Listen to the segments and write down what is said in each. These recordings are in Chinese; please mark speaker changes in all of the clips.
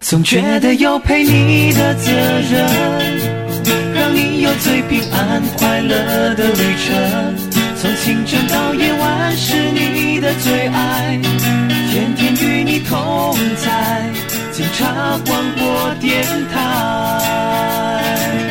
Speaker 1: 总觉得有陪你的责任，让你有最平安快乐的旅程。从清晨到夜晚是你的最爱，天天与你同在。警察广播电台。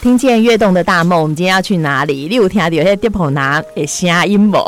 Speaker 2: 听见跃动的大梦，我们今天要去哪里？例如听到有些店铺拿诶虾阴谋。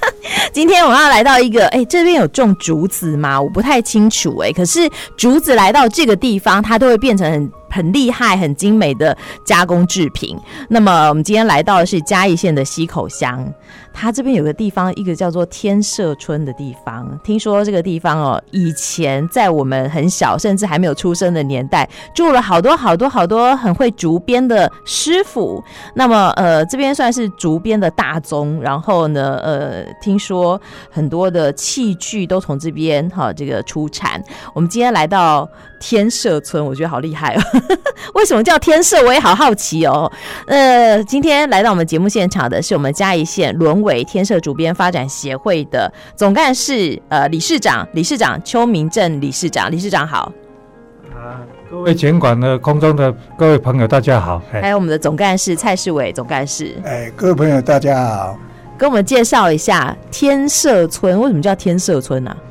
Speaker 2: 今天我们要来到一个，哎、这边有种竹子吗？我不太清楚、哎，可是竹子来到这个地方，它都会变成很很厉害、很精美的加工制品。那么我们今天来到的是嘉义县的溪口乡，它这边有个地方，一个叫做天社村的地方。听说这个地方哦，以前在我们很小，甚至还没有出生的年代，住了好多好多好多很会竹编的师傅。那么呃，这边算是竹编的大宗，然后呢，呃，听说很多的器具都从这边哈这个出产。我们今天来到天社村，我觉得好厉害哦。 为什么叫天社？我也好好奇哦。呃，今天来到我们节目现场的是我们嘉义县沦为天社竹编发展协会的总干事呃理事长，理事长邱明正理事长，理事长好。
Speaker 3: 啊，各位监管的空中的各位朋友，大家好。哎、
Speaker 2: 还有我们的总干事蔡世伟总干事，
Speaker 4: 哎，各位朋友，大家好。
Speaker 2: 跟我们介绍一下天社村，为什么叫天社村呢、啊？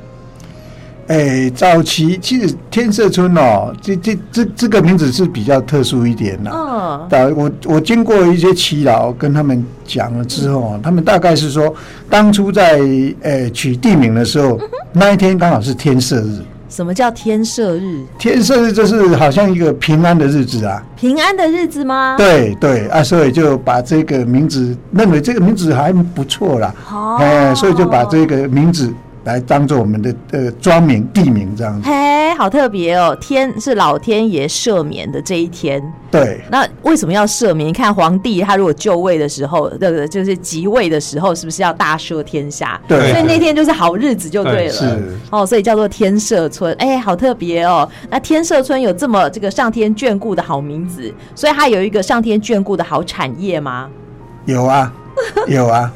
Speaker 4: 哎，早期其实天社村哦，这这这这个名字是比较特殊一点啦。
Speaker 2: 嗯，
Speaker 4: 但我我经过一些耆老跟他们讲了之后，他们大概是说，当初在呃取地名的时候，那一天刚好是天赦日。
Speaker 2: 什么叫天社日？
Speaker 4: 天赦日就是好像一个平安的日子啊。
Speaker 2: 平安的日子吗？，
Speaker 4: 对对啊，所以就把这个名字认为这个名字还不错啦。
Speaker 2: 哦
Speaker 4: 哎，所以就把这个名字来当做我们的呃庄名地名这样子。
Speaker 2: 嘿，好特别哦！天是老天爷赦免的这一天，
Speaker 4: 对，
Speaker 2: 那为什么要赦免？你看皇帝他如果就位的时候，对不对？就是即位的时候，是不是要大赦天下？
Speaker 4: 对
Speaker 2: 所以那天就是好日子就对了。
Speaker 3: 对
Speaker 4: 是
Speaker 2: 哦，所以叫做天社村，哎、好特别哦。那天社村有这么这个上天眷顾的好名字，所以它有一个上天眷顾的好产业吗？
Speaker 4: 有啊，有啊，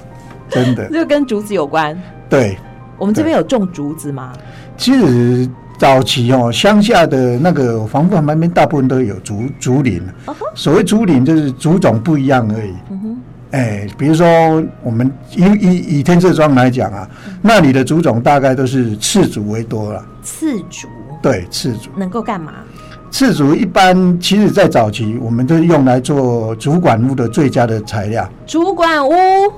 Speaker 4: 真的
Speaker 2: 这个跟竹子有关。
Speaker 4: 对。
Speaker 2: 我们这边有种竹子吗？
Speaker 4: 其实早期哦，乡下的那个防护旁边大部分都有竹竹林
Speaker 2: 哦吼，
Speaker 4: 所谓竹林就是竹种不一样而已。
Speaker 2: 嗯哼，
Speaker 4: 哎，比如说我们以以以天社庄来讲啊，
Speaker 2: 嗯
Speaker 4: 那里的竹种大概都是赤竹为多了。
Speaker 2: 刺竹
Speaker 4: 对，赤竹，
Speaker 2: 能够干嘛？
Speaker 4: 赤竹一般其实在早期我们都是用来做主管屋的最佳的材料。
Speaker 2: 主管屋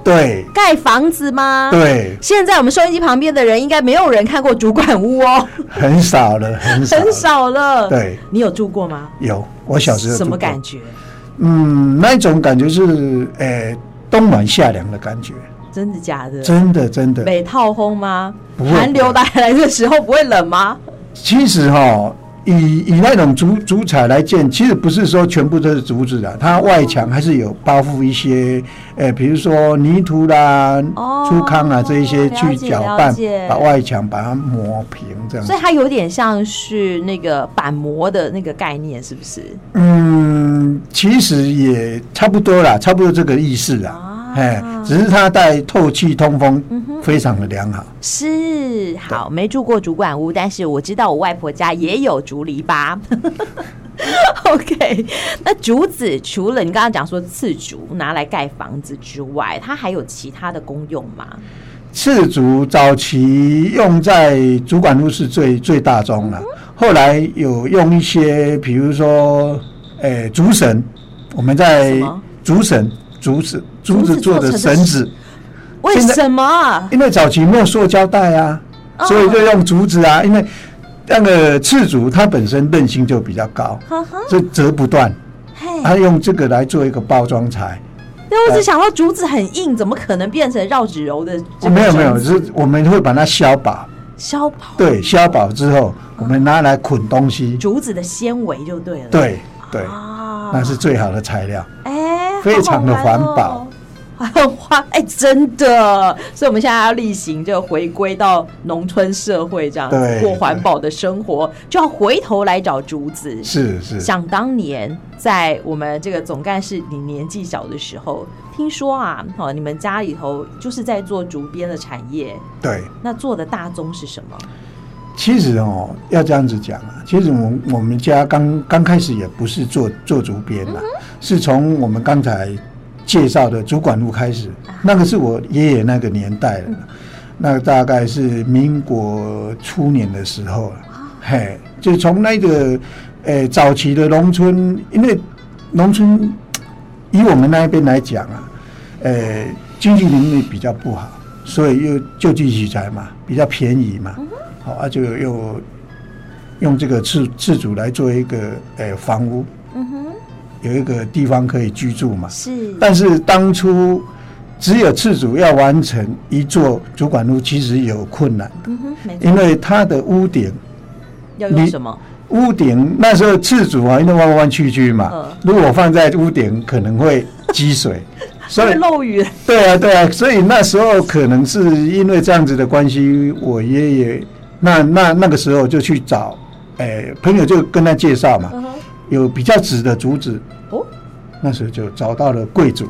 Speaker 4: 对
Speaker 2: 盖房子吗？。
Speaker 4: 对，
Speaker 2: 现在我们收音机旁边的人应该没有人看过主管屋哦，
Speaker 4: 很少了，很少了，
Speaker 2: 很少了。
Speaker 4: 啊对，
Speaker 2: 你有住过吗？
Speaker 4: 有，我小时候
Speaker 2: 什么
Speaker 4: 住过
Speaker 2: 感觉？
Speaker 4: 嗯，那一种感觉是，诶、冬暖夏凉的感觉，
Speaker 2: 真的假的？
Speaker 4: 真的真的。
Speaker 2: 北套风吗？
Speaker 4: 不会
Speaker 2: 寒流来来的时候不会冷吗？
Speaker 4: 其实哈、以以那种竹竹材来建，其实不是说全部都是竹子的，它外墙还是有包覆一些，诶、比如说泥土啦、
Speaker 2: 哦
Speaker 4: 粗糠啊这一
Speaker 2: 了
Speaker 4: 些
Speaker 2: 解
Speaker 4: 去搅拌
Speaker 2: 了解，
Speaker 4: 把外墙把它磨平这样子
Speaker 2: 所以。它有点像是那个板模的那个概念，是不是？
Speaker 4: 嗯，其实也差不多啦，差不多这个意思
Speaker 2: 啊嗯
Speaker 4: 啦。哎、只是它带透气通风，非常的良好。
Speaker 2: 是，好，没住过主管屋，但是我知道我外婆家也有竹篱笆。OK，那竹子除了你刚刚讲说刺竹拿来盖房子之外，它还有其他的功用吗？
Speaker 4: 赤竹早期用在主管路是最最大宗
Speaker 2: 嗯
Speaker 4: 了，后来有用一些，比如说，诶、竹绳，我们在
Speaker 2: 什么
Speaker 4: 竹绳、竹子、竹子做的绳子，
Speaker 2: 为
Speaker 4: 现在
Speaker 2: 什么？
Speaker 4: 因为早期没有塑胶袋啊，
Speaker 2: 哦
Speaker 4: 所以就用竹子啊，因为那个赤竹它本身韧性就比较高，
Speaker 2: 呵呵，
Speaker 4: 所以折不断，
Speaker 2: 嘿，
Speaker 4: 它用这个来做一个包装材。
Speaker 2: 那我
Speaker 4: 哎
Speaker 2: 只想到竹子很硬，怎么可能变成绕指柔的这个绳子？
Speaker 4: 没有没有，是我们会把它削薄，
Speaker 2: 消跑
Speaker 4: 对，削薄之后，我们拿来捆东西，
Speaker 2: 竹子的纤维就对了。
Speaker 4: 对对，
Speaker 2: 啊
Speaker 4: 那是最好的材料。
Speaker 2: 哎，好
Speaker 4: 非常的环保
Speaker 2: 好玩哦。很花 哎，真的，所以我们现在要例行就回归到农村社会，这样
Speaker 4: 对
Speaker 2: 过环保的生活，就要回头来找竹子。
Speaker 4: 是是，
Speaker 2: 想当年，在我们这个总干事你年纪小的时候，听说啊，哦，你们家里头就是在做竹编的产业，
Speaker 4: 对。
Speaker 2: 那做的大宗是什么？
Speaker 4: 其实哦，要这样子讲啊，其实我们我们家刚刚开始也不是做做竹编啦，是从我们刚才介绍的主管路开始，那个是我爷爷那个年代了，那大概是民国初年的时候了，嘿，就从那个呃早期的农村，因为农村以我们那边来讲啊，呃，经济能力比较不好，所以又就地取材嘛，比较便宜嘛，好、啊，就又用这个自自主来做一个呃房屋，
Speaker 2: 嗯哼，
Speaker 4: 有一个地方可以居住嘛。
Speaker 2: 是
Speaker 4: 但是当初只有自主要完成一座主管屋，其实有困难的，
Speaker 2: 嗯哼，没错，
Speaker 4: 因为它的屋顶
Speaker 2: 要用
Speaker 4: 你
Speaker 2: 什么？
Speaker 4: 屋顶那时候赤主啊，因为弯弯曲曲嘛，
Speaker 2: 嗯
Speaker 4: 如果放在屋顶可能会积水，所
Speaker 2: 会
Speaker 4: 以
Speaker 2: 漏雨，
Speaker 4: 对啊对啊，所以那时候可能是因为这样子的关系，我爷爷那那那个时候就去找，哎、朋友就跟他介绍嘛，
Speaker 2: 嗯哼，
Speaker 4: 有比较直的竹子，
Speaker 2: 哦，
Speaker 4: 那时候就找到了贵族，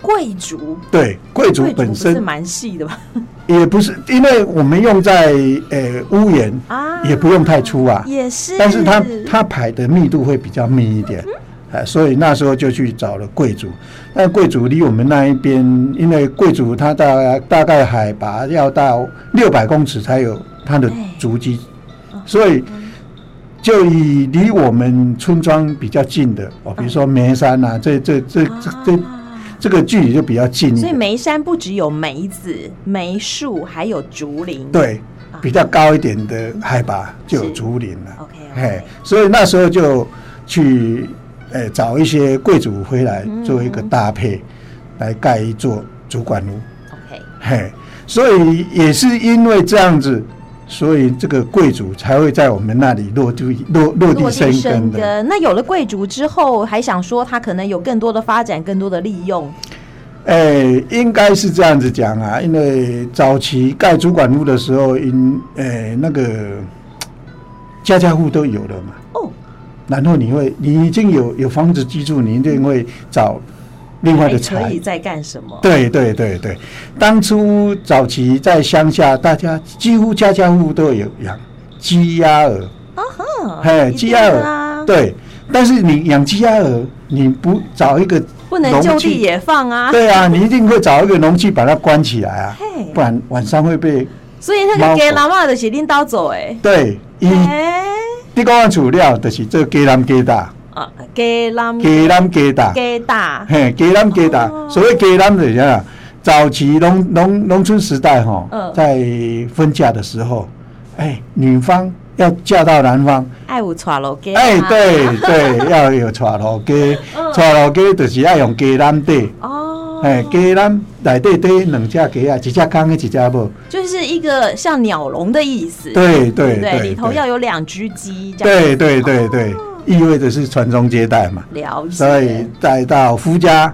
Speaker 2: 贵族，
Speaker 4: 对贵族
Speaker 2: 贵族
Speaker 4: 本
Speaker 2: 不是
Speaker 4: 身
Speaker 2: 蛮细的吧？
Speaker 4: 也不是，因为我们用在呃屋檐
Speaker 2: 啊
Speaker 4: 也不用太粗啊，
Speaker 2: 也是，
Speaker 4: 但是它
Speaker 2: 嗯
Speaker 4: 它排的密度会比较密一点，哎，所以那时候就去找了贵族。那贵族离我们那一边，因为贵族它大概大概海拔要到六百公尺才有它的足迹，
Speaker 2: 哦
Speaker 4: 所以就以离我们村庄比较近的
Speaker 2: 嗯
Speaker 4: 哦，比如说梅山啊，这这这这这
Speaker 2: 啊
Speaker 4: 这个距离就比较近一
Speaker 2: 所以
Speaker 4: 点，
Speaker 2: 眉山不只有梅子、梅树，还有竹林。
Speaker 4: 对
Speaker 2: 啊，
Speaker 4: 比较高一点的海拔就有
Speaker 2: 是
Speaker 4: 竹林了。
Speaker 2: ，OK，
Speaker 4: 嘿
Speaker 2: OK，，
Speaker 4: 所以那时候就去呃找一些贵族回来
Speaker 2: 嗯
Speaker 4: 做一个搭配，来盖一座主管屋。
Speaker 2: OK，
Speaker 4: 嘿，所以也是因为这样子，所以这个贵族才会在我们那里落地落落地
Speaker 2: 落
Speaker 4: 生
Speaker 2: 地
Speaker 4: 根
Speaker 2: 生
Speaker 4: 的。
Speaker 2: 根。那有了贵族之后，还想说它可能有更多的发展，更多的利用。
Speaker 4: 哎、应该是这样子讲啊，因为早期盖主管屋的时候，因呃、那个家家户都有了嘛。
Speaker 2: 哦，
Speaker 4: 然后你会，你已经有有房子居住，你一定会找另外
Speaker 2: 还
Speaker 4: 的
Speaker 2: 哎可
Speaker 4: 财
Speaker 2: 以。在干什么？
Speaker 4: 对对对对，当初早期在乡下，大家几乎家家户户都有养鸡鸭鹅，
Speaker 2: 嗯
Speaker 4: 嘿，
Speaker 2: 一
Speaker 4: 鸡
Speaker 2: 定
Speaker 4: 鸭
Speaker 2: 的
Speaker 4: 鹅，
Speaker 2: 啊，
Speaker 4: 对。但是你养鸡鸭鹅，你不找一个
Speaker 2: 不能
Speaker 4: 笼
Speaker 2: 就
Speaker 4: 具
Speaker 2: 地野放啊。
Speaker 4: 对啊，你一定会找一个农具把它关起来啊
Speaker 2: 嘿，
Speaker 4: 不然晚上会被
Speaker 2: 所以那
Speaker 4: 猫
Speaker 2: 个
Speaker 4: 狗嗯
Speaker 2: 给老妈的写拎刀走，哎，
Speaker 4: 对。伊
Speaker 2: 哎，
Speaker 4: 你讲的主料就是这鸡蛋鸡大，
Speaker 2: 啊，给老妈
Speaker 4: 鸡蛋鸡大。
Speaker 2: 给大，
Speaker 4: 嘿，鸡南鸡蛋，
Speaker 2: 哦
Speaker 4: 所谓鸡南是啥？早期农农农村时代哈、
Speaker 2: 嗯
Speaker 4: 在分嫁的时候，哎、女方要嫁到男方，
Speaker 2: 爱有传落给，嗯
Speaker 4: 哎、，对 对，要有娶老家，娶老家就是要用鸡蛋底，
Speaker 2: 哦，
Speaker 4: 哎、鸡蛋内底底两只鸡啊，一只公的，一只母，
Speaker 2: 就是一个像鸟笼的意思，
Speaker 4: 对对
Speaker 2: 不对，里
Speaker 4: 对
Speaker 2: 头要
Speaker 4: 对，
Speaker 2: 有两只鸡，这样
Speaker 4: 对对对对，
Speaker 2: 哦
Speaker 4: 意味着是传宗接代嘛，
Speaker 2: 了解，
Speaker 4: 所以再到夫家，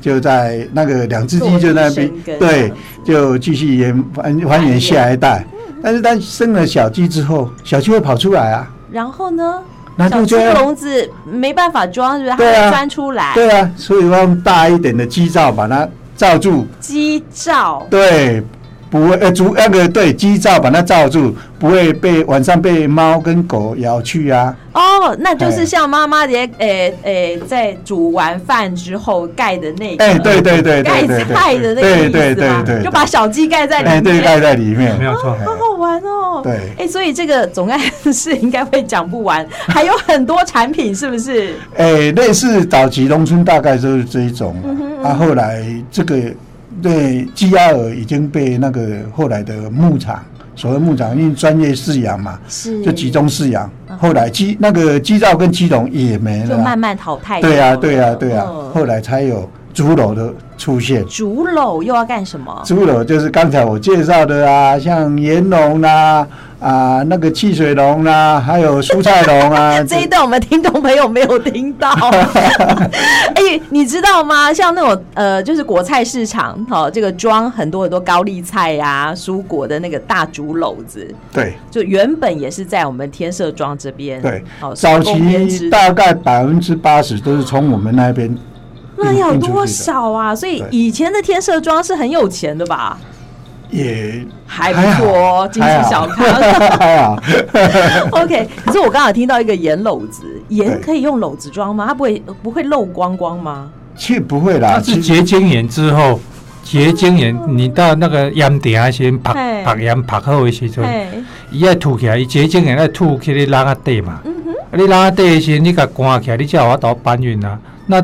Speaker 4: 就在那个两只鸡就在那边
Speaker 2: 落地生根，这样
Speaker 4: 对
Speaker 2: 子，
Speaker 4: 就继续研繁繁衍下一代。
Speaker 2: 嗯
Speaker 4: 但是当生了小鸡之后，小鸡会跑出来啊，
Speaker 2: 然后呢，
Speaker 4: 那
Speaker 2: 小
Speaker 4: 就
Speaker 2: 鸡
Speaker 4: 这样。
Speaker 2: 笼子没办法装，是不是？
Speaker 4: 对啊
Speaker 2: 它会钻出来，
Speaker 4: 对啊，所以要用大一点的鸡罩把它罩住，
Speaker 2: 鸡罩，
Speaker 4: 对，不会呃竹那个对鸡罩把它罩住，不会被晚上被猫跟狗咬去啊。
Speaker 2: 哦，那就是
Speaker 4: 哎
Speaker 2: 像妈妈的，诶诶，在煮完饭之后盖的那个，
Speaker 4: 哎，对对对
Speaker 2: 盖
Speaker 4: 对对
Speaker 2: 菜的
Speaker 4: 对，
Speaker 2: 那个意思
Speaker 4: 对对对
Speaker 2: 嘛
Speaker 4: 对，
Speaker 2: 就把小鸡盖在
Speaker 4: 哎
Speaker 2: 里
Speaker 4: 对
Speaker 2: 面，
Speaker 4: 盖在里面
Speaker 3: 没，有错。
Speaker 2: 好好玩哦。
Speaker 4: 哎对
Speaker 2: 哎，所以这个总干事应该会讲不 完，还有很多产品，是不是？
Speaker 4: 诶、哎类似早期农村大概就是这一种，
Speaker 2: 嗯哼嗯哼
Speaker 4: 啊，后来这个对鸡鸭鹅已经被那个后来的牧场所谓牧场，因为专业饲养嘛，
Speaker 2: 是嗯
Speaker 4: 就集中饲养。后来鸡那个鸡罩跟鸡笼也没了
Speaker 2: 就
Speaker 4: 啊、
Speaker 2: 慢慢淘汰掉了。
Speaker 4: 对呀、对呀、对呀、啊
Speaker 2: 嗯哦
Speaker 4: 后来才有竹篓的出现。
Speaker 2: 竹篓又要干什么？，
Speaker 4: 猪篓就是刚才我介绍的啊，像盐笼啦、啊，那个汽水笼啦、还有蔬菜笼 啊
Speaker 2: 这一段我们听众朋友没有听 到。哎、你知道吗？像那种呃，就是果菜市场，哦，这个装很多很多高丽菜呀、蔬果的那个大竹篓子，
Speaker 4: 对
Speaker 2: 就原本也是在我们天社庄这边。
Speaker 4: 对
Speaker 2: 哦，，
Speaker 4: 早
Speaker 2: 手工编织的
Speaker 4: 期大概百分之八十都是从我们那边
Speaker 2: 那
Speaker 4: 运
Speaker 2: 要
Speaker 4: 运出去
Speaker 2: 多
Speaker 4: 的
Speaker 2: 少啊？所以
Speaker 4: 对
Speaker 2: 以前的天社庄是很有钱的 吧？
Speaker 4: 也
Speaker 2: 还不错哦，经济
Speaker 4: 还好
Speaker 2: 小康。
Speaker 4: 还好，
Speaker 2: OK，可是我刚好听到一个盐篓子，盐
Speaker 4: 对
Speaker 2: 可以用篓子装吗？它不会不会漏光光吗？
Speaker 4: 其实不会啦
Speaker 3: 它，是
Speaker 4: 其实
Speaker 3: 结晶岩之后，结晶岩你到那个岩顶啊先拍
Speaker 2: 嘿
Speaker 3: 拍岩拍好的时阵，
Speaker 2: 哎，
Speaker 3: 伊爱吐起来，伊结晶岩爱吐起来拉啊底嘛。
Speaker 2: 嗯哼，
Speaker 3: 啊你拉底的时候，你甲关起来，你才有法度搬运啊。那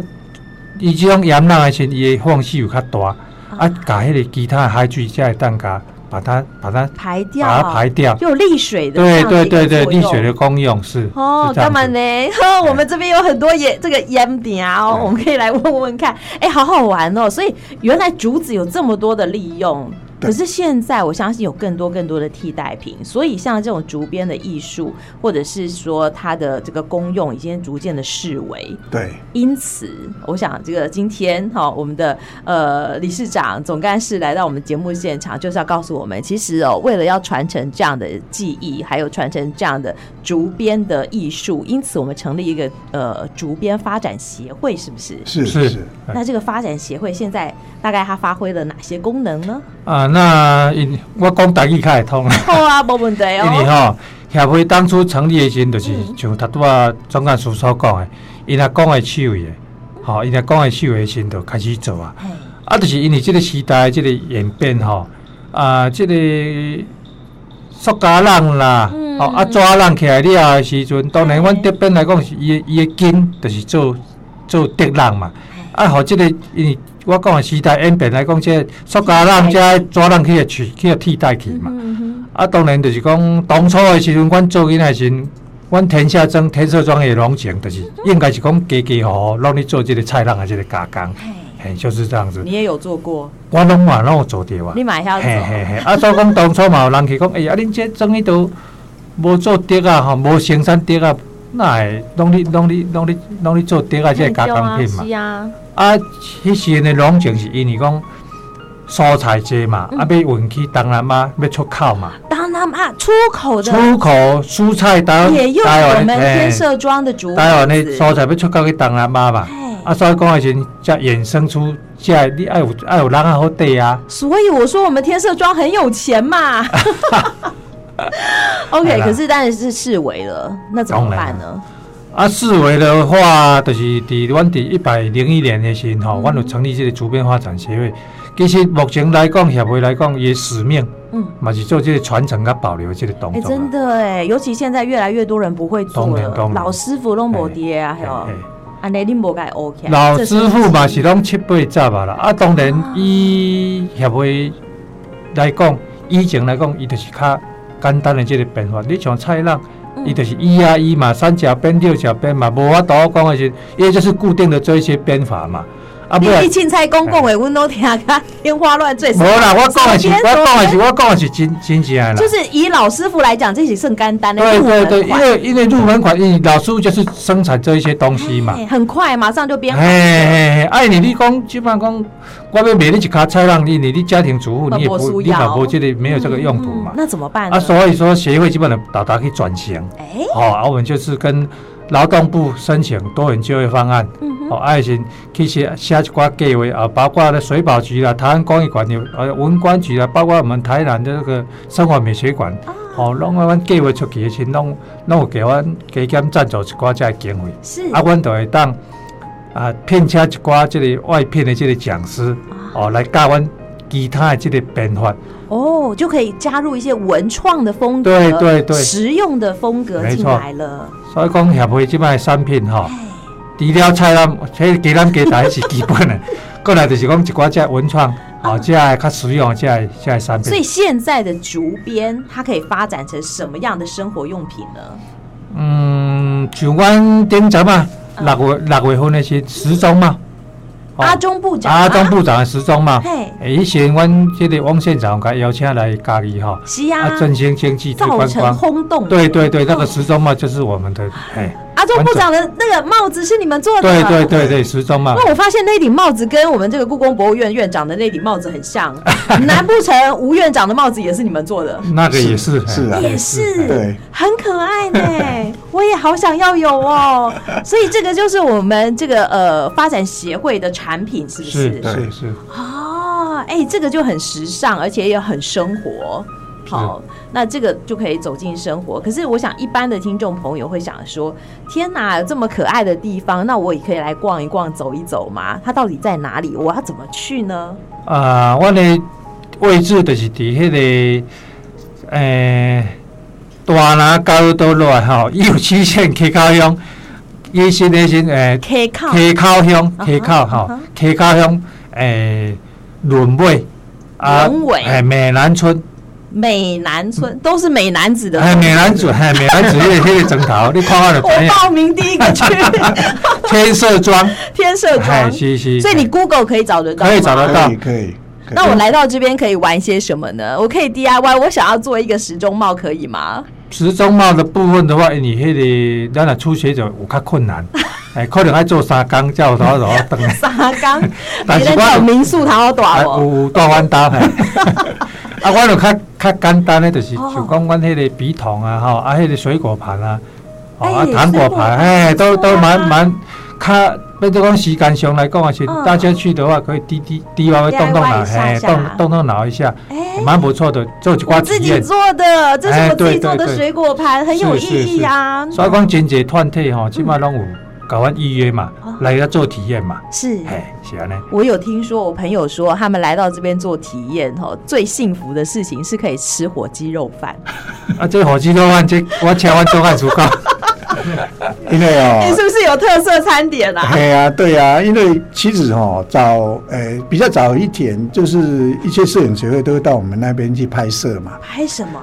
Speaker 3: 伊即种盐浪的时候，伊的缝隙有较大，啊，甲迄个其他的海水才会当甲把它把它
Speaker 2: 排掉，啊
Speaker 3: 把它排掉。
Speaker 2: 就有沥水的，
Speaker 3: 对对对对，沥水。的功用是
Speaker 2: 哦，
Speaker 3: 是这样
Speaker 2: 干
Speaker 3: 子
Speaker 2: 嘛
Speaker 3: 哎
Speaker 2: 呢？ 呵，我们这边有很多盐， 这个盐饼啊哦，
Speaker 4: 对
Speaker 2: 我们可以来问问看。哎，好好玩哦！所以原来竹子有这么多的利用，
Speaker 4: 对
Speaker 2: 可是现在我相信有更多更多的替代品。所以像这种竹编的艺术，或者是说它的这个功用，已经逐渐的式微。
Speaker 4: 对
Speaker 2: 因此，我想这个今天哈、我们的呃理事长、总干事来到我们节目现场，就是要告诉我们，其实哦，为了要传承这样的技艺，还有传承这样的竹编的艺术，因此我们成立一个呃竹编发展协会，是不是？
Speaker 4: 是
Speaker 3: 是
Speaker 4: 是。
Speaker 3: 哎
Speaker 2: 那这个发展协会现在大概它发挥了哪些功能呢？
Speaker 3: 啊，那因我讲台语较会通啦，
Speaker 2: 好啊，没问题
Speaker 3: 因为
Speaker 2: 哦。
Speaker 3: 吼协会当初成立的时阵，就是
Speaker 2: 嗯
Speaker 3: 像头拄啊总干事所讲的，因阿公的手艺的，吼因阿公的手艺的时阵就开始做啊，
Speaker 2: 嗯嘿
Speaker 3: 啊，就是因为即个时代即个演变吼，啊，即、个塑胶人啦，
Speaker 2: 嗯
Speaker 3: 哦啊纸人起来了的时阵，当然
Speaker 2: 嘿
Speaker 3: 阮这边来讲是伊的伊的根，就是做做竹人嘛，啊，互即、个因为我讲的时代演变来讲，即、个塑胶人遮纸人去个取去个替代去嘛。
Speaker 2: 嗯哼，
Speaker 3: 啊，当然就是讲当初的时阵，阮做囝仔的时阵，阮天下庄、天社庄的农情，就是应该是讲家家户户拢咧做即个菜人啊，即个加工，嘿，就是这样子
Speaker 2: 你。也有做过，
Speaker 3: 我拢嘛拢有做着啊
Speaker 2: 你。买下
Speaker 3: 嘿
Speaker 2: 走。
Speaker 3: 嘿嘿，啊，所以讲当初嘛有人去讲，哎呀，啊恁这庄迄都无做竹啊，吼，无生产竹啊，哪会拢咧拢咧拢咧拢咧做竹啊，即个加工品嘛
Speaker 2: 嘿。是啊，
Speaker 3: 啊，迄时阵的农情是因为讲蔬菜济嘛，啊，要运去东南亚要出口嘛。
Speaker 2: 当他们啊出口的
Speaker 3: 出口蔬菜台
Speaker 2: 也用
Speaker 3: 台
Speaker 2: 我
Speaker 3: 湾
Speaker 2: 们
Speaker 3: 的
Speaker 2: 天
Speaker 3: 嘿
Speaker 2: 社庄的竹子，
Speaker 3: 台湾的蔬菜要出口去东南亚嘛，
Speaker 2: 哎
Speaker 3: 啊，所以讲的时候才衍生出这的你爱有爱有人啊好地啊，
Speaker 2: 所以我说我们天社庄很有钱 嘛。
Speaker 3: 哎
Speaker 2: OK，
Speaker 3: 啦
Speaker 2: 可是当然是视为了，那怎么办呢？
Speaker 3: 啊，四维的话，就是伫阮伫一百零一年的时
Speaker 2: 嗯
Speaker 3: 候，吼，阮有成立这个竹编发展协会。其实目前来讲，协会来讲，伊的使命
Speaker 2: 嗯，
Speaker 3: 嘛是做这个传承甲保留的这个动
Speaker 2: 哎，
Speaker 3: 作啊啦
Speaker 2: 真。的哎，尤其现在越来越多人不会做
Speaker 3: 当然当
Speaker 2: 了，
Speaker 3: 然
Speaker 2: 老师傅拢无跌啊，还
Speaker 3: 嘿
Speaker 2: 有
Speaker 3: 嘿
Speaker 2: 安内林无改 OK，
Speaker 3: 老
Speaker 2: 这
Speaker 3: 师傅嘛是拢七八十啊啦，啊当然以协会来讲，以前来讲，伊就是较简单的即个变法。你像菜浪，
Speaker 2: 嗯
Speaker 3: 伊、就是一啊一嘛，三角边六角边嘛，无法度讲的是，伊就是固定的做一些编法嘛。啊，
Speaker 2: 你
Speaker 3: 不然
Speaker 2: 你凊彩公共诶，阮都听甲天花乱坠。
Speaker 3: 无啦，我讲的是，
Speaker 2: 手边
Speaker 3: 我讲的是，我讲的是真真正的啦。
Speaker 2: 就是以老师傅来讲，这是剩干单的
Speaker 3: 对
Speaker 2: 入
Speaker 3: 对
Speaker 2: 门
Speaker 3: 对，因
Speaker 2: 款
Speaker 3: 为因为入门款，因为老师傅就是生产这一些东西嘛。
Speaker 2: 哎很快马上就编好
Speaker 3: 嘿嘿嘿，哎，你你讲，即摆讲，我要卖你一卡菜让你，你你家庭主妇
Speaker 2: 嘛
Speaker 3: 你也
Speaker 2: 无
Speaker 3: 不，
Speaker 2: 需
Speaker 3: 你嘛
Speaker 2: 要
Speaker 3: 无这个没有这个用途
Speaker 2: 嗯
Speaker 3: 嘛。
Speaker 2: 那怎么办呢？
Speaker 3: 啊，所以说协会基本上到达去转型，
Speaker 2: 哎，
Speaker 3: 哦，啊，我们就是跟劳动部申请多元就业方案，
Speaker 2: 嗯哼
Speaker 3: 哦，爱心去写写一寡计划啊，包括了水保局啦、台湾公益馆有呃文管局啦，包括我们台南的这个生活美学馆，哦，拢啊，阮计划出去的时候，拢拢有给阮加减赞助一寡这个经费。
Speaker 2: 是
Speaker 3: 啊，阮就会当啊聘请一寡即个外聘的即个讲
Speaker 2: 啊
Speaker 3: 师哦，来教阮其他的即个编法。
Speaker 2: 哦，就可以加入一些文创的风格，
Speaker 3: 对对对
Speaker 2: 实用的风格
Speaker 3: 没
Speaker 2: 进
Speaker 3: 错
Speaker 2: 来了。哎
Speaker 3: 所以讲协会即摆产品吼，除了菜篮，迄个鸡蛋鸡蛋是基本的，过来就是讲一寡即文创啊，这样较实用，这样这样产
Speaker 2: 所以
Speaker 3: 品，
Speaker 2: 现在的竹编，它可以发展成什么样的生活用品呢？
Speaker 3: 嗯，像阮顶阵啊，六月六月份的是时钟嘛，哦
Speaker 2: 阿中部长，
Speaker 3: 阿中部长的时钟嘛
Speaker 2: 嘿，
Speaker 3: 诶，以前阮这个汪县长甲邀请来家里吼，
Speaker 2: 是啊，
Speaker 3: 啊，振兴经济推
Speaker 2: 造
Speaker 3: 观
Speaker 2: 成
Speaker 3: 光，
Speaker 2: 轰动。
Speaker 3: 对对对，
Speaker 2: 嗯
Speaker 3: 那个时钟嘛就是我们的，哎，
Speaker 2: 阿中部长的那啊个帽子是你们做的？
Speaker 3: 对对。对对，时钟嘛，
Speaker 2: 那我发现那顶帽子跟我们这个故宫博物院院长的那顶帽子很 像，难不成吴院长的帽子也是你们做的？
Speaker 3: 那个也是
Speaker 4: 是
Speaker 3: 哎
Speaker 4: 啊
Speaker 2: 也是，
Speaker 4: 对，
Speaker 2: 很可爱呢，我也好想要有 哦。所以这个就是我们这个呃发展协会的产品，是不
Speaker 3: 哎
Speaker 2: 是？
Speaker 3: 是是是，
Speaker 2: 哦，哎、这个就很时尚，而且也很生活。好，那这个就可以走进生活。可是我想，一般的听众朋友会想说：“天哪，有这么可爱的地方，那我也可以来逛一逛、走一走吗？它到底在哪里？我要怎么去呢
Speaker 3: 啊，我的位置就是伫迄、个，诶、大拿高都落来吼，右曲线溪口乡，伊是那是诶，
Speaker 2: ？K 靠
Speaker 3: 溪口乡，
Speaker 2: 哈
Speaker 3: 溪口
Speaker 2: 啊
Speaker 3: 吼
Speaker 2: 哈，
Speaker 3: 溪口乡诶，轮尾
Speaker 2: 轮尾
Speaker 3: 诶，美兰村，
Speaker 2: 美男村，都是美男子的。
Speaker 3: 诶，哎美兰村，嘿，美兰村迄个迄个枕头，你看我就
Speaker 2: 我
Speaker 3: 知影，
Speaker 2: 报名第一 个去
Speaker 3: 天色庄，
Speaker 2: 天社庄
Speaker 3: 嘿，，哎是是，
Speaker 2: 所以你 Google 可以找得到，
Speaker 3: 可以找得到
Speaker 4: 可以可以。可以
Speaker 2: 那我来到这边可以玩些什么呢？我可以 DIY，我想要做一个时钟帽，可以吗？
Speaker 3: 时钟帽的部分的话，你迄、个咱若初学者有较困难，哎，可能爱做三工，才有头头等。
Speaker 2: 沙缸，
Speaker 3: 但
Speaker 2: 你在
Speaker 3: 是我
Speaker 2: 找民宿它好
Speaker 3: 啊，
Speaker 2: 短哦。
Speaker 3: 有有大弯刀嘿。啊，我就较较简单的，就是就讲阮迄个笔筒啊，吼，啊，迄、个水果盘啊，哦，啊，
Speaker 2: 哎
Speaker 3: 糖果
Speaker 2: 水果盘
Speaker 3: 盘，哎，
Speaker 2: 不
Speaker 3: 都
Speaker 2: 错啊
Speaker 3: 都蛮蛮较，比如讲时间上来讲啊，是
Speaker 2: 嗯
Speaker 3: 大家去的话，可以滴滴滴歪歪动动
Speaker 2: DIY
Speaker 3: 脑，
Speaker 2: 一下
Speaker 3: 嘿，
Speaker 2: 下
Speaker 3: 动动动脑一下，
Speaker 2: 哎
Speaker 3: 蛮不错的，做一
Speaker 2: 我
Speaker 3: 寡
Speaker 2: 自
Speaker 3: 体
Speaker 2: 己
Speaker 3: 验。
Speaker 2: 做的，这是
Speaker 3: 哎
Speaker 2: 我自己
Speaker 3: 对
Speaker 2: 做的
Speaker 3: 对对
Speaker 2: 水果盘，很有
Speaker 3: 是是
Speaker 2: 意义啊嗯
Speaker 3: 是。所以讲真侪团体吼，即摆拢有甲阮预约嘛
Speaker 2: 哦，
Speaker 3: 来遐做体验嘛，
Speaker 2: 是，
Speaker 3: 嘿，是安尼。
Speaker 2: 我有听说，我朋友说他们来到这边做体验，哦，最幸福的事情是可以吃火鸡肉饭。
Speaker 3: 啊，这火鸡肉饭，这我请阮做饭主教，
Speaker 4: 因为哦，
Speaker 2: 哎你是不是有特色餐点啊？
Speaker 4: 哎呀，对呀、因为其实哦，早呃比较早一点，就是一些摄影协会都会到我们那边去拍摄嘛，
Speaker 2: 拍什么？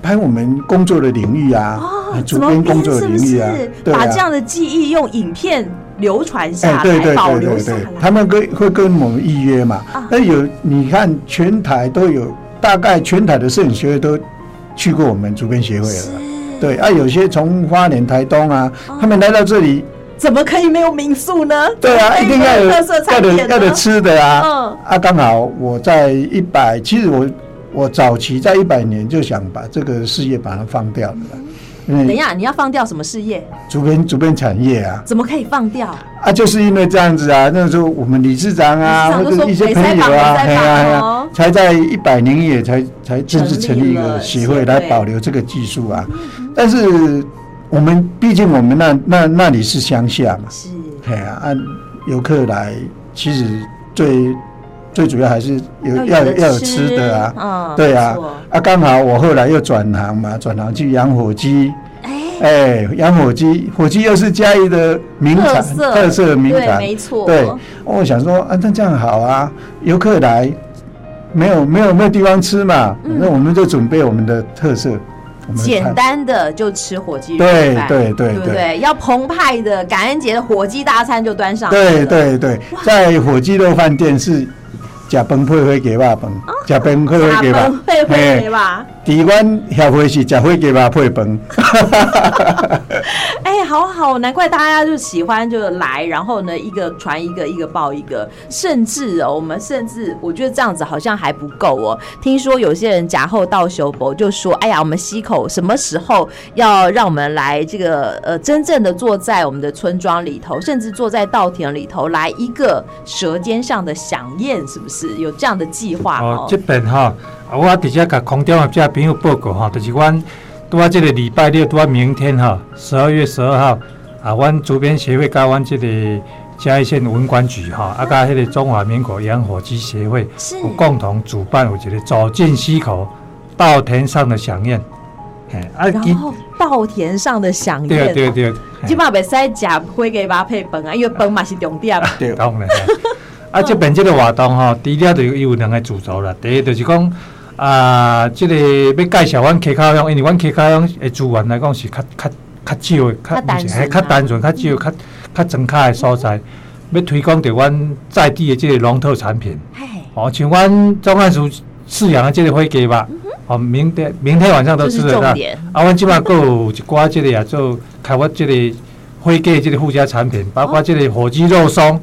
Speaker 4: 拍我们工作的领域啊，
Speaker 2: 哦
Speaker 4: 呃，主
Speaker 2: 怎么
Speaker 4: 编工
Speaker 2: 编
Speaker 4: 作的
Speaker 2: 是不
Speaker 4: 领域啊
Speaker 2: 是，
Speaker 4: 对
Speaker 2: 把
Speaker 4: 啊
Speaker 2: 这。样的记忆用影片流传
Speaker 4: 哎、
Speaker 2: 下
Speaker 4: 对对
Speaker 2: 来，保
Speaker 4: 对
Speaker 2: 留
Speaker 4: 对
Speaker 2: 下
Speaker 4: 对，
Speaker 2: 来？
Speaker 4: 他们跟会跟我们预约嘛
Speaker 2: 啊。
Speaker 4: 那、有你看，全台都有，大概全台的摄影协会都去过我们主编协会了
Speaker 2: 是。哦
Speaker 4: 对啊，有些从花莲、台东啊，他们来到这里，
Speaker 2: 怎么可以没有民宿呢？
Speaker 4: 对啊，
Speaker 2: 怎么可以
Speaker 4: 一定要
Speaker 2: 没
Speaker 4: 有
Speaker 2: 特色
Speaker 4: 要
Speaker 2: 餐
Speaker 4: 的
Speaker 2: 点呢
Speaker 4: 要的吃的啊。
Speaker 2: 嗯
Speaker 4: 啊，刚好我在一百，其实我我早期在一百年就想把这个事业把它放掉了啦，
Speaker 2: 嗯
Speaker 4: 因
Speaker 2: 等一
Speaker 4: 为
Speaker 2: 下，你要放掉什么事业？
Speaker 4: 主编主编产业啊
Speaker 2: 怎么可以放掉？
Speaker 4: 啊，就是因为这样子啊，那时候我们理事长啊，
Speaker 2: 理事长
Speaker 4: 或
Speaker 2: 都说
Speaker 4: 者一些
Speaker 2: 北
Speaker 4: 朋
Speaker 2: 塞
Speaker 4: 友
Speaker 2: 港
Speaker 4: 啊，
Speaker 2: 北塞
Speaker 4: 哎呀
Speaker 2: 港
Speaker 4: 哎呀
Speaker 2: 哦，
Speaker 4: 才在一百零一年才才正式成立
Speaker 2: 成立
Speaker 4: 一个
Speaker 2: 了
Speaker 4: 协会
Speaker 2: 协
Speaker 4: 来
Speaker 2: 会
Speaker 4: 保留这个技术啊，但是我们毕竟我们那那那里是乡下嘛，
Speaker 2: 是
Speaker 4: 哎呀，按游客来，其实最最主要还是有要有要有吃的啊，
Speaker 2: 嗯，
Speaker 4: 对啊
Speaker 2: 没错，
Speaker 4: 啊，刚好我后来又转行嘛，转行去养火鸡，
Speaker 2: 哎，
Speaker 4: 哎，养火鸡，火鸡又是嘉义的名产，
Speaker 2: 色
Speaker 4: 特色名
Speaker 2: 对，
Speaker 4: 产，
Speaker 2: 没错，
Speaker 4: 对，哦我想说啊，那这样好啊，游客来，没有没有没有地方吃嘛，
Speaker 2: 嗯
Speaker 4: 那我们就准备我们的特色，我们
Speaker 2: 简
Speaker 4: 看，
Speaker 2: 单的就吃火鸡肉
Speaker 4: 对
Speaker 2: 饭，
Speaker 4: 对对
Speaker 2: 不
Speaker 4: 对
Speaker 2: 对？要澎湃的感恩节的火鸡大餐就端上来了，
Speaker 4: 对对对，在火鸡肉饭店是。食饭配火鸡肉饭，食饭配火
Speaker 2: 大
Speaker 4: 鸡肉
Speaker 2: 崩
Speaker 4: 饭，
Speaker 2: 哦 会
Speaker 4: 嘿
Speaker 2: 会吧？
Speaker 4: 伫阮协会是食火鸡肉 配饭，
Speaker 2: 哎，好好，难怪大家就喜欢就来，然后呢，一个传一个，一个报一个，甚至哦，我们甚至我觉得这样子好像还不够哦。听说有些人假后到修博就说，哎呀，我们溪口什么时候要让我们来这个呃，真正的坐在我们的村庄里头，甚至坐在稻田里头，来一个舌尖上的飨宴，是不是有这样的计划
Speaker 3: 哦
Speaker 2: 哦，？
Speaker 3: 这边吼，啊我直接甲空中的这朋友报告吼，就是阮拄啊，这个礼拜六拄啊，明天吼，十二月十二号啊，阮主编协会甲阮这个嘉义县文管局吼，啊甲迄个中华民国养火鸡协会
Speaker 2: 是
Speaker 3: 有共同主办有一个走进溪口稻田上的响宴，嘿，啊
Speaker 2: 然后稻田上的飨宴，
Speaker 3: 对对对，
Speaker 2: 即嘛袂使食火鸡肉配饭啊，因为饭嘛是重点。
Speaker 4: 对
Speaker 3: 当然。啊，这边这个活动吼，除了就有两个主轴啦，第一就是讲啊，这个要介绍阮客家乡，因为阮客家乡的资源来讲是较较较少的，
Speaker 5: 较单纯啊
Speaker 3: 嘿较单纯、较少、较较庄卡的所在，要推广着阮在地的这个龙头产品。
Speaker 5: 嘿，
Speaker 3: 哦，请问中汉属饲养的这个火鸡吧，哦，明天明天晚上都
Speaker 2: 这
Speaker 3: 吃
Speaker 2: 是
Speaker 3: 得
Speaker 2: 重
Speaker 3: 到。
Speaker 2: 点。
Speaker 3: 啊，阮即马阁有一寡即个啊，做开发即个火鸡的即个附加产品，包括即个火鸡肉松、
Speaker 2: 哦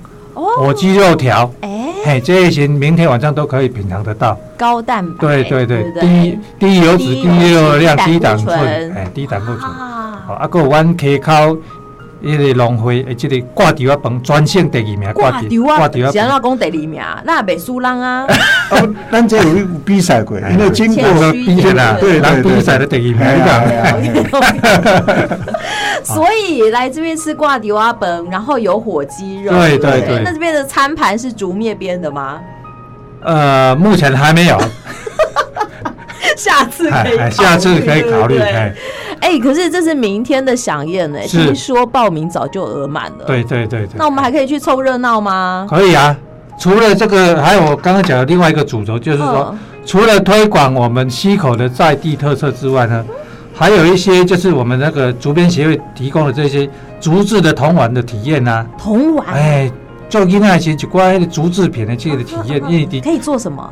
Speaker 3: 火鸡肉条，
Speaker 5: 哎，
Speaker 3: 嘿，这一些明天晚上都可以品尝得到。
Speaker 2: 高蛋白，
Speaker 3: 对对对
Speaker 2: 对不，
Speaker 3: 低低油脂、
Speaker 2: 低
Speaker 3: 低
Speaker 2: 油脂
Speaker 3: 热量、
Speaker 2: 低
Speaker 3: 低
Speaker 2: 胆
Speaker 3: 胆
Speaker 2: 固
Speaker 3: 固
Speaker 2: 醇
Speaker 3: 醇，哎，低胆固醇。
Speaker 5: 啊，
Speaker 3: 哦，啊，阁有阮溪口迄个农会的即个挂吊啊饭全省第二名
Speaker 2: 挂丢啊，
Speaker 3: 挂吊
Speaker 2: 是
Speaker 3: 啊
Speaker 2: 安怎
Speaker 3: 饭，
Speaker 2: 讲第二名？那袂输人 啊，
Speaker 4: 哦，咱这有有比赛过，因为经
Speaker 2: 谦
Speaker 4: 过
Speaker 2: 虚
Speaker 3: 比赛哎啦，
Speaker 4: 对对
Speaker 3: 人
Speaker 4: 对，
Speaker 3: 比赛的第二名，你
Speaker 4: 哎呀
Speaker 3: 讲
Speaker 4: 哎。呀哎呀
Speaker 2: 所以来这边吃挂丢啊本，然后有火鸡肉，
Speaker 3: 对
Speaker 2: 不对
Speaker 3: 对对
Speaker 2: 那这边的餐盘是竹篾编的吗？
Speaker 3: 呃，目前还没有，
Speaker 2: 下次可以考
Speaker 3: 哎
Speaker 2: 虑，
Speaker 3: 下次可以考虑。
Speaker 2: 对不对
Speaker 3: 哎，
Speaker 2: 哎，可是这是明天的飨宴呢，
Speaker 3: 是
Speaker 2: 听说报名早就额满了。，
Speaker 3: 对对对对。
Speaker 2: 那我们还可以去凑热闹吗？
Speaker 3: 可以啊。除了这个，还有我刚刚讲的另外一个主轴，就是说，
Speaker 2: 嗯
Speaker 3: 除了推广我们溪口的在地特色之外呢，还有一些就是我们那个竹编协会提供的这些竹制的童玩的体验啊，
Speaker 2: 同玩
Speaker 3: 哎，做囡仔时一寡迄个竹制品的这个体验，因为的，
Speaker 2: 可以做什么？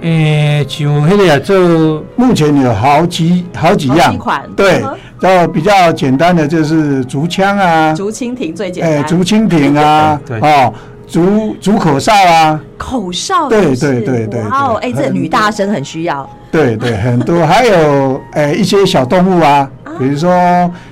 Speaker 3: 诶，像迄个啊做
Speaker 4: 目前有好几好几
Speaker 2: 好
Speaker 4: 样
Speaker 2: 几款
Speaker 4: 对
Speaker 2: 嗯哼，
Speaker 4: 然后比较简单的就是竹枪啊，
Speaker 2: 竹蜻蜓最简
Speaker 4: 哎，
Speaker 2: 单，
Speaker 4: 竹蜻蜓啊
Speaker 3: 哎，对对
Speaker 4: 哦，竹竹口哨啊，
Speaker 2: 口哨
Speaker 4: 对
Speaker 2: 也是
Speaker 4: 对对对
Speaker 2: 哇哦，哎，
Speaker 4: 对
Speaker 2: 这女大生很需要
Speaker 4: 对对，很多，还有哎一些小动物啊，比如说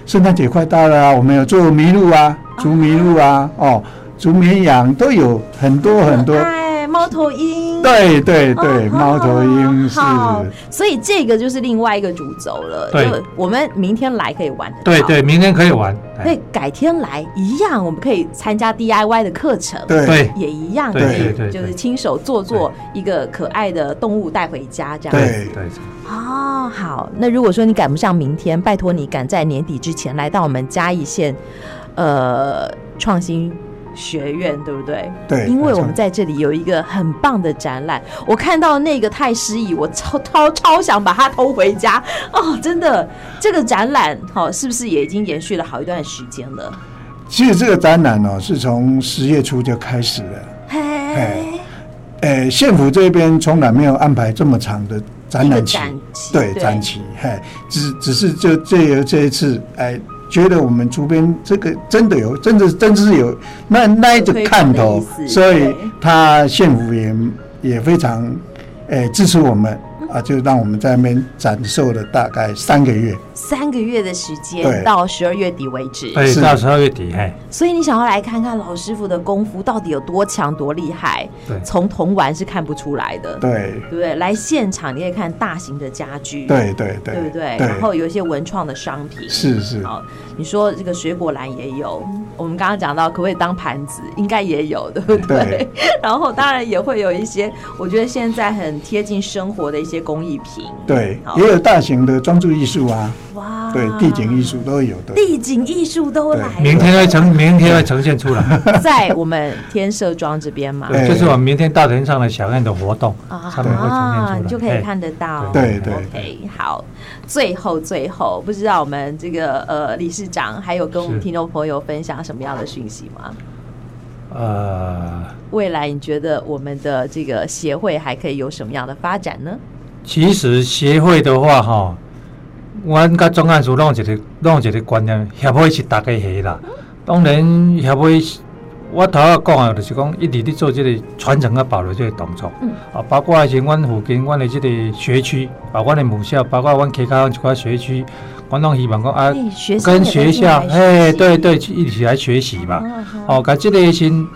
Speaker 4: 圣诞节快到了啊，我们有做麋鹿啊，竹麋鹿啊，哦，竹绵羊都有很多很多，
Speaker 2: 哎，猫头鹰。
Speaker 4: 对对对，
Speaker 2: 哦
Speaker 4: 猫头鹰是，
Speaker 2: 好，所以这个就是另外一个主轴了。
Speaker 3: 对，
Speaker 2: 我们明天来可以玩得到。
Speaker 3: 对对，明天可以玩，哎
Speaker 2: 对，改天来一样，我们可以参加 DIY 的课程。
Speaker 4: 对
Speaker 3: 对
Speaker 2: 也一样，
Speaker 3: 对
Speaker 2: 可以
Speaker 4: 对
Speaker 3: 对对
Speaker 2: 就是亲手做做一个可爱的动物带回家这样。
Speaker 4: 对
Speaker 3: 对对，
Speaker 2: 哦，好，那如果说你赶不上明天，拜托你赶在年底之前来到我们嘉义县，呃，创新。学院对不对？
Speaker 4: 对
Speaker 2: 因为我们
Speaker 4: 没错
Speaker 2: 在这里有一个很棒的展览，我看到那个太诗意，我超超超想把它偷回家哦！真的，这个展览好、哦，是不是也已经延续了好一段时间了？
Speaker 4: 其实这个展览哦是从十月初就开始了。
Speaker 2: 嘿，
Speaker 4: 哎呃，县府这边从来没有安排这么长的展览期
Speaker 2: 一个展，期
Speaker 4: 对
Speaker 2: 对
Speaker 4: 展期，嘿，只只是就这由这一次，哎，觉得我们竹编这个真的有，真的真是有那那一个看
Speaker 2: 有推
Speaker 4: 头
Speaker 2: 广的意，思
Speaker 4: 所以
Speaker 2: 对
Speaker 4: 他县府也也非常，哎，支持我们啊，就让我们在那边展售了大概三个月，
Speaker 2: 三个月的时间
Speaker 4: 对
Speaker 2: 到十二月底为止，
Speaker 3: 对，
Speaker 4: 是
Speaker 3: 到十二月底，嘿，
Speaker 2: 所以你想要来看看老师傅的功夫到底有多强、多厉害，
Speaker 3: 对
Speaker 2: 从童玩是看不出来的，
Speaker 4: 对，
Speaker 2: 对不对？来现场你可以看大型的家具，
Speaker 4: 对对对，
Speaker 2: 对不对？然后有一些文创的商品，
Speaker 4: 是是，
Speaker 2: 好，你说这个水果篮也有，我们刚刚讲到可不可以当盘子，应该也有，对不对？
Speaker 4: 对
Speaker 2: 然后当然也会有一些，我觉得现在很贴近生活的一些工艺品，
Speaker 4: 对
Speaker 2: 好，
Speaker 4: 也有大型的装置艺术啊，
Speaker 2: 哇，
Speaker 4: 对，地景艺术都有的，
Speaker 2: 地景艺术都来
Speaker 3: 明
Speaker 2: 了。
Speaker 3: 天会呈明天会呈现出来。
Speaker 2: 在我们天社庄这边嘛，
Speaker 3: 对，
Speaker 4: 哎
Speaker 3: 就是我们明天大田上的小宴的活动，
Speaker 2: 啊
Speaker 3: 他们会呈现出来，
Speaker 2: 你就可以
Speaker 3: 哎
Speaker 2: 看得到。
Speaker 4: 对对
Speaker 2: OK，好，最后最后，不知道我们这个呃理事长还有跟我们
Speaker 3: 是
Speaker 2: 听众朋友分享什么样的讯息吗？
Speaker 3: 哎呃，
Speaker 2: 未来你觉得我们的这个协会还可以有什么样的发展呢？
Speaker 3: 其实协会的话，吼，阮甲总干事弄一个弄一个观念，协会是大家下
Speaker 2: 嗯
Speaker 3: 啦。当然，协会是我头仔讲的，就是讲一直咧做即个传承啊、保留即个动作。
Speaker 2: 嗯
Speaker 3: 啊，包括是阮附近、阮的即个学区，啊，阮的母校，包括阮溪口一寡学区，阮拢希望讲啊，
Speaker 2: 哎学生
Speaker 3: 跟
Speaker 2: 也
Speaker 3: 学
Speaker 2: 都进
Speaker 3: 校，
Speaker 2: 来学
Speaker 3: 哎，
Speaker 2: 习
Speaker 3: 对对，一起来学习嘛。
Speaker 2: 啊哈
Speaker 3: 哦，把这个先，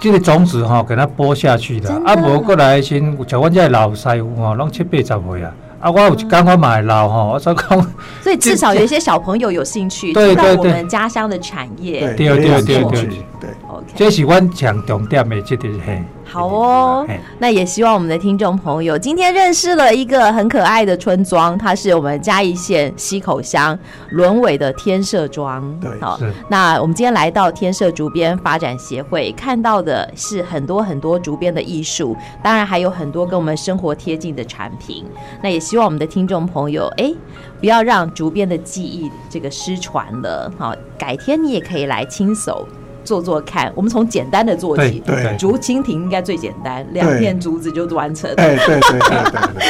Speaker 3: 这个种子吼、给它播下去啦。
Speaker 2: 真的
Speaker 3: 啊，无过来先，像阮这老师傅吼、拢七八十岁啊。啊，我有一天我嘛会老吼、我所讲，
Speaker 2: 所以至少有一些小朋友有兴趣，知
Speaker 3: 对
Speaker 2: 道
Speaker 3: 对
Speaker 2: 我
Speaker 3: 对
Speaker 2: 们家乡的产业。
Speaker 4: 对
Speaker 3: 对对
Speaker 4: 也有
Speaker 3: 对
Speaker 4: 兴
Speaker 3: 对
Speaker 4: 趣对。
Speaker 2: OK，
Speaker 3: 这是阮强重点的这个嘿，
Speaker 2: 好哦
Speaker 4: 啊
Speaker 3: 嘿，
Speaker 2: 那也希望我们的听众朋友今天认识了一个很可爱的村庄，它是我们嘉义县溪口乡轮尾的天社庄。
Speaker 4: 对
Speaker 2: 好
Speaker 3: 是，
Speaker 2: 那我们今天来到天社竹编发展协会，看到的是很多很多竹编的艺术，当然还有很多跟我们生活贴近的产品。那也希望我们的听众朋友，哎，不要让竹编的技艺这个失传了。好，改天你也可以来亲手做做看，我们从简单的做起。
Speaker 4: 对对
Speaker 2: 竹蜻蜓应该最简单，两片竹子就完成。
Speaker 4: 哎，对对对对对，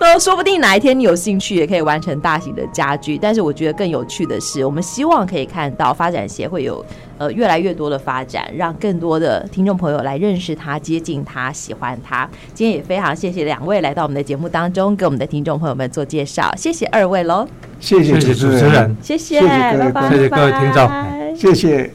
Speaker 2: 那 说不定哪一天你有兴趣，也可以完成大型的家具。但是我觉得更有趣的是，我们希望可以看到发展协会有呃越来越多的发展，让更多的听众朋友来认识它、接近它、喜欢它。今天也非常谢谢两位来到我们的节目当中，给我们的听众朋友们做介绍。谢谢二位喽，
Speaker 4: 谢
Speaker 3: 谢谢
Speaker 4: 谢主
Speaker 3: 主
Speaker 4: 持
Speaker 3: 持
Speaker 4: 人，
Speaker 3: 人。
Speaker 2: 谢谢，
Speaker 4: 谢谢各位
Speaker 2: 拜拜，
Speaker 3: 谢谢各位听众
Speaker 2: 拜拜
Speaker 4: 谢谢